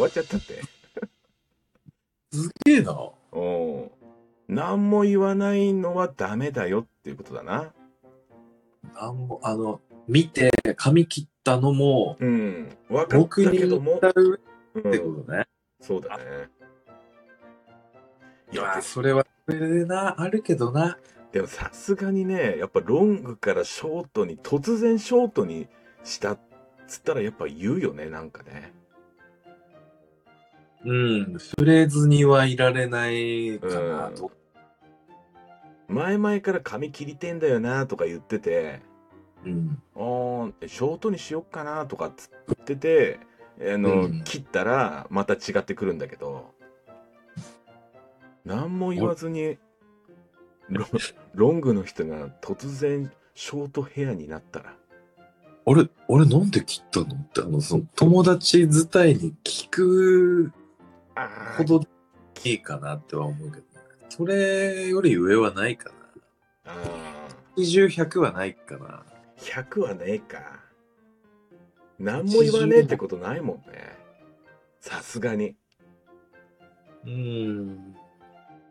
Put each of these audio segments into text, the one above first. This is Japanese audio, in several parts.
わっちゃったって。すげえな。うん。何も言わないのはダメだよっていうことだな。なんも、あの、見て、髪切ったのも、うん。分かっ僕たにけど言もっ、た上うってこん、とね。そうだね。いまやあ、、それは、それでな、あるけどな。でもさすがにね、やっぱロングからショートに、突然ショートにしたっつったらやっぱ言うよね、なんかね。うん、フレーズにはいられないかなうんと。前々から髪切りてんだよなとか言ってて、うん。あーショートにしよっかなとかっつってて、あの、うん切ったらまた違ってくるんだけど、何も言わずに、ロロングの人が突然ショートヘアになったら、俺、俺なんで切ったのって、あの、その友達自体に聞くあほどいいかなっては思うけどね、それより上はないかな。あ80、100はないかな。ー、100はねえか。何も言わねえってことないもんね。さすがに。うん。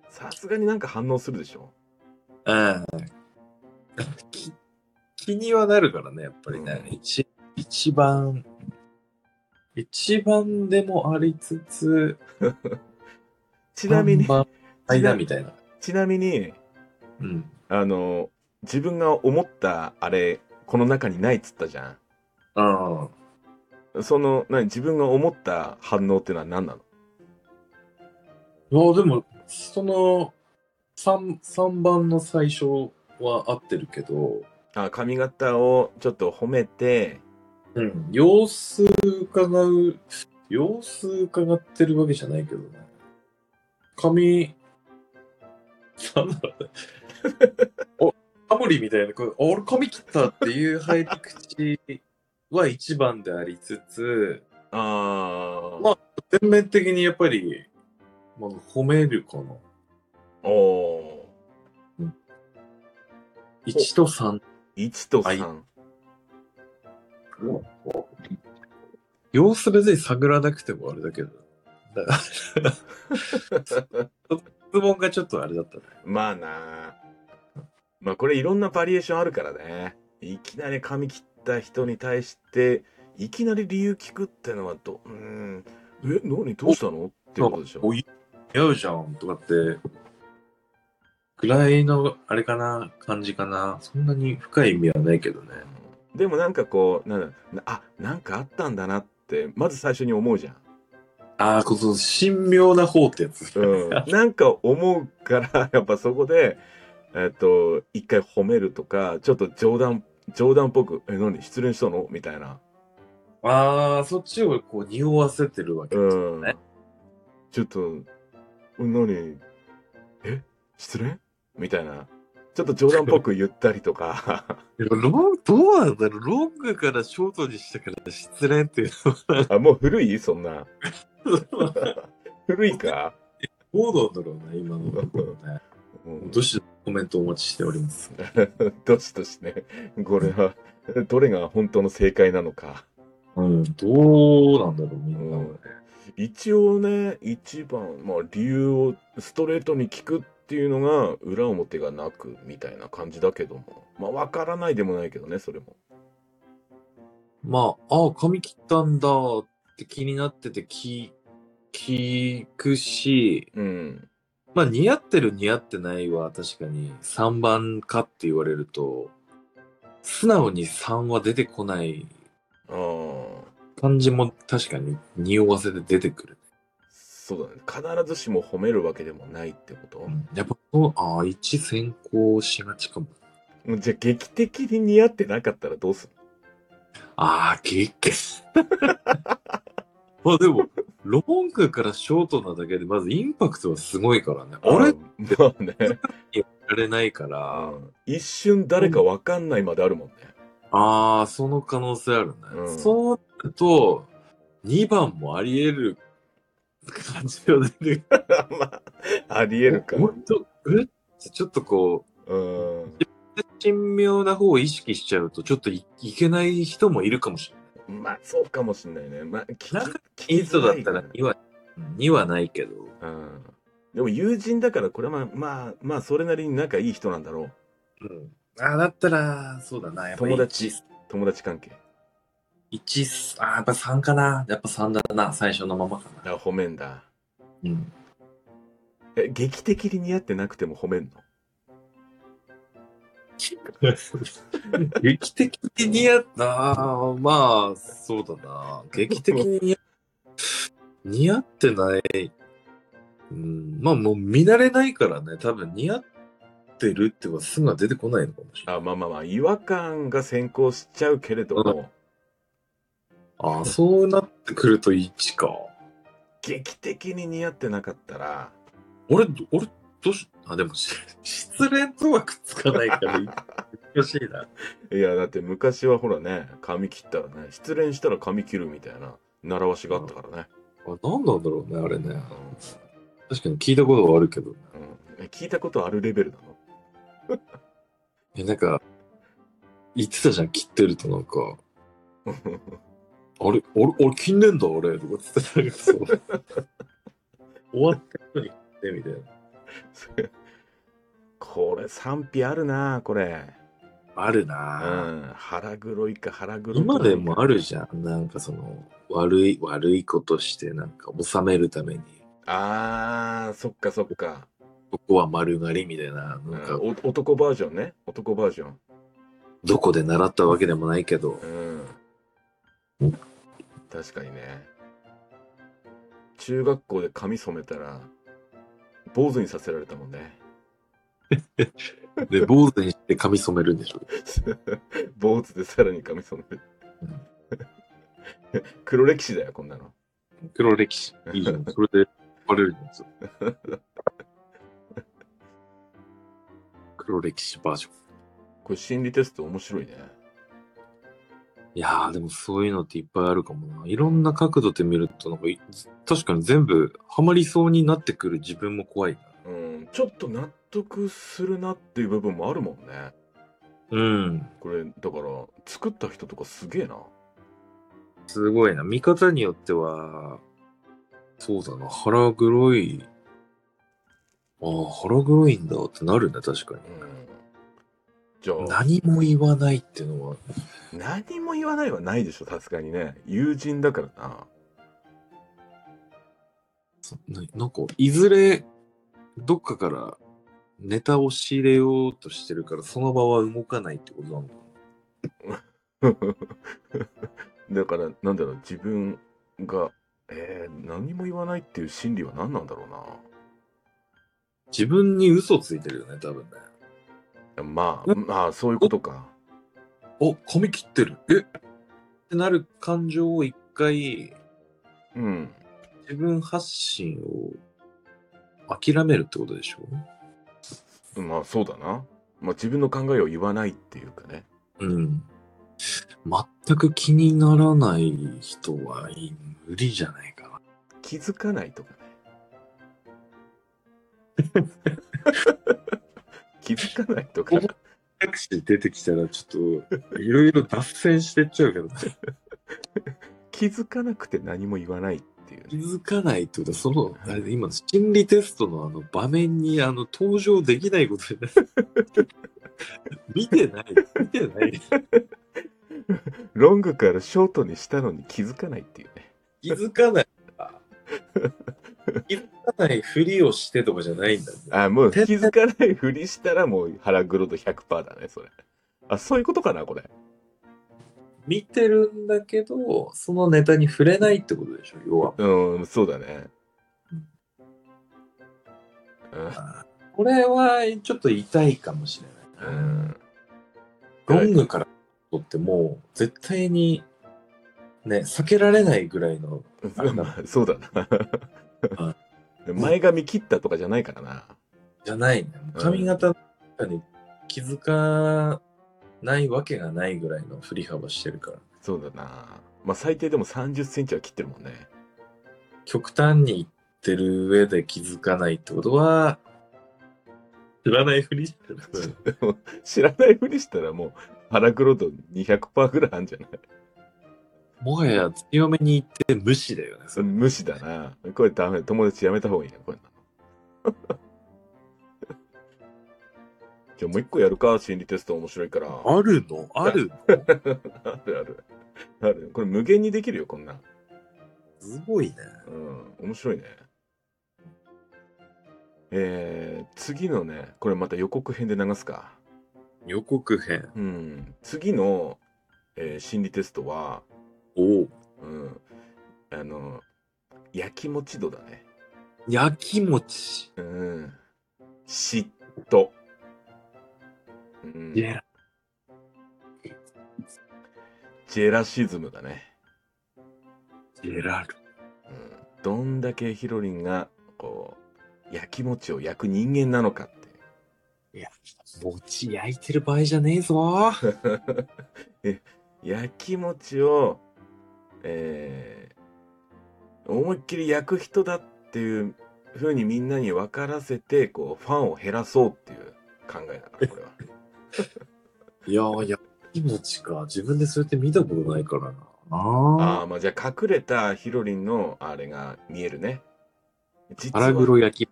さすがになんか反応するでしょ。ああ。き気にはなるからね、やっぱりね。うん一一番、一番でもありつつ、ちなみに三、番間みたいな。ちなみに、うん。あの、自分が思ったあれ、この中にないっつったじゃああ。ん。その、何、自分が思った反応っていうのは何なのいや、でも、その、三三番の最初は合ってるけど、あ、髪型をちょっと褒めて、うん、様子伺う、様子伺ってるわけじゃないけどね。 髪、なんだろうね。お、タモリみたいな、これあ俺髪切ったっていう入り口は一番でありつつ、あー、ま全面的にやっぱり、まあ、褒めるかな。お1と3。ー、1とは3。様子別に探らなくてもあれだ けど。だから質問がちょっとあれだったね。まあなまあこれいろんなバリエーションあるからね。いきなり髪切った人に対して、いきなり理由聞くってのはど、うーん、え、何どうしたのっていうことでしょお。い似合うじゃんとかって、ぐらいの、あれかな、感じかな。そんなに深い意味はないけどね。でもなんかこう、なんだなあ、なんかあったんだなって、まず最初に思うじゃん。ああ、こそ、神妙な方ってやつ。 うん。なんか思うから、やっぱそこで、えっと、一回褒めるとか、ちょっと冗談、冗談っぽく、え、何失恋したのみたいな。ああ、そっちをこう、匂わせてるわけですうよんね。。ちょっと、何え失恋みたいな。ちょっと冗談っぽく言ったりとか。でもロンどうなんだろうロングからショートにしてから失恋っていう あ、もう古いそんな。 のは、古いか。どうなんだろうね、今のところね。うんどしどしコメントお待ちしております。 どしどしね、これは、 どれが本当の正解なのか。うん、どうなんだろう、みんなはね。一応ね、一番、まあ理由をストレートに聞くっていうのが裏表がなくみたいな感じだけども。まあわからないでもないけどね、それも。まあ、ああ、髪切ったんだって気になってて聞、聞くし、うん。まあ、似合ってる似合ってないは確かに3番かって言われると、素直に3は出てこないああ。感じも確かに匂わせで出てくる。そうだね。必ずしも褒めるわけでもないってこと、やっぱそう、ああ、1先行しがちかも。もうじゃあ劇的に似合ってなかったらどうするああ、結局。 まあでも、ロングからショートなだけで、まずインパクトはすごいからね。あれあまあね。られないから、一瞬誰かわかんないまであるもんね。ああ、その可能性あるね。うんそうなると、2番もあり得る感じが出て まあ、ありえるかくらる。。と、えってちょっとこう、うん。神妙な方を意識しちゃうと、ちょっといいけない人もいるかもしれない。まあ、そうかもしんないね。まあ、聞き仲聞きいい人だったづらいよね2は、2はないけど。うん。でも友人だから、これはまあ、まあ、まあ、それなりに仲いい人なんだろう。うん。ああ、だったら、そうだな。やっぱ友達1、友達関係。 1、ああ、やっぱ3かな。やっぱ3だな。最初のままかな。あ、褒めんだ。うん。え、劇的に似合ってなくても褒めんの 劇的に似合ったあーまあそうだな劇的に似合似合ってない、うん、まあもう見慣れないからね多分似合ってるっていうかすが出てこないのかもしれないあ、まあまあまあ、違和感が先行しちゃうけれども、ああそうなってくると1か劇的に似合ってなかったら、俺ど俺どうしあでもし失恋とはくっつかないから難しいないや、だって昔はほらね、髪切ったらね、失恋したら髪切るみたいな習わしがあったからね。あ何なんだろうねあれね確かに聞いたことはあるけどうんうんえ聞いたことあるレベルなのえなんか言ってたじゃん切ってるとなんかあれ俺、俺、切んねえんだ、俺、とかつってなんかそう。 終わったのに切ってみたいな。 これ賛否あるなこれ、あるうなぁ、ん、腹黒いか腹黒くない今かでもあるじゃん。なんかその、悪い、悪いことして、なんか収めるために、あーそっかそっか、ここは丸刈りみたいな、うなんんか、お男バージョンね男バージョンどこで習ったわけでもないけど、うん確かにね中学校で髪染めたら坊主にさせられたもんね で、坊主にして髪染めるんでしょ。坊主でさらに髪染める 黒歴史だよこんなの黒歴史。いいじゃん。それで、バレるんですよ。黒歴史バージョン。これ心理テスト面白いねいやー、でもそういうのっていっぱいあるかもな。いろんな角度で見ると、なんかい、確かに全部ハマりそうになってくる自分も怖いな。うんちょっと納得するなっていう部分もあるもんねうん。これだから作った人とかすげえなすごいな。見方によっては、そうだな。腹黒い。ああ、腹黒いんだってなるね、確かうんじゃに。あ何も言わないっていうのは、何も言わないはないでしょさすがにね友人だからな そななんか、いずれ、どっかからネタを仕入れようとしてるから、その場は動かないってことなのかな。だからなんだろう自分が、えー何も言わないっていう心理は何なんだろう自分に嘘ついてるよね、多分ね。なまあまあそういうことかお、髪切ってる。えってなる感情を一回、うん自分発信を諦めるってことでしょまあそうだな、まあ、自分の考えを言わないっていうかねうん。全く気にならない人はい無理じゃないかな。気づかないとかね気づかないとか タクシー出てきたらちょっと、いろいろ脱線してっちゃうけど、気づかなくて何も言わないっていう気ねづかないってことは、その、あれで今、心理テストのあの場面にあの登場できないことになる。 見てない、見てない。ロングからショートにしたのに気づかないっていうね気づかない。気づかないふりをしてとかじゃないんだね。あもう気づかないふりしたらもう腹黒度100%だねそれあそういうことかなこれ見てるんだけど、そのネタに触れないってことでしょ、要は。うんそうだねうんうこれはちょっと痛いかもしれない。んロングからとってもう絶対に、ね、避けられないぐらいの、うん まあそうだな 前髪切ったとかじゃないからなじゃないね。髪型の中に気づかないわけがないぐらいの振り幅してるから。そうだなまあ最低でも3 0センチは切ってるもんね極端に言ってる上で気づかないってことは、知らないふりしてる。でも知らないふりしたらもう腹黒度200%ぐらいあるんじゃないもはや強めに言って無視だよね、そそれれ。無視だな。これダメ。友達やめた方がいいな、これな。 じゃあもう一個やるか、心理テスト面白いから。あるのあるのあるある。ある。これ無限にできるよ、こんなん。すごいね。うん、面白いね。えー、次のね、これまた予告編で流すか。予告編。うん。次の、えー心理テストは、おお。うん、あの、やきもち度だね。焼き餅。うん。嫉妬。うん、いジや、ェラシズムだね。ジェラル。うん、どんだけヒロリンが、こう、やきもちを焼く人間なのかって。いや、餅焼いてる場合じゃねえぞ。え焼き餅を、えー思いっきり焼く人だっていうふうにみんなに分からせてこうファンを減らそうっていう考えだなこれはいやー、焼き餅か。自分でそうやって見たことないからな。あああまあじゃあ隠れたヒロリンのあれが見えるね実は腹黒焼き。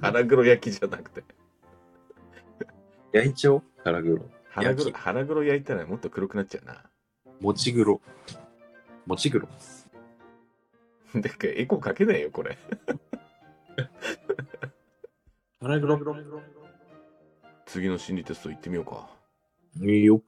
腹黒焼きじゃなくて焼いちゃおう。腹黒。腹黒焼き腹黒焼いたらもっと黒くなっちゃうな 餅黒。餅黒。だからエコかけないよこれ腹黒。次の心理テスト行ってみようかいいよ。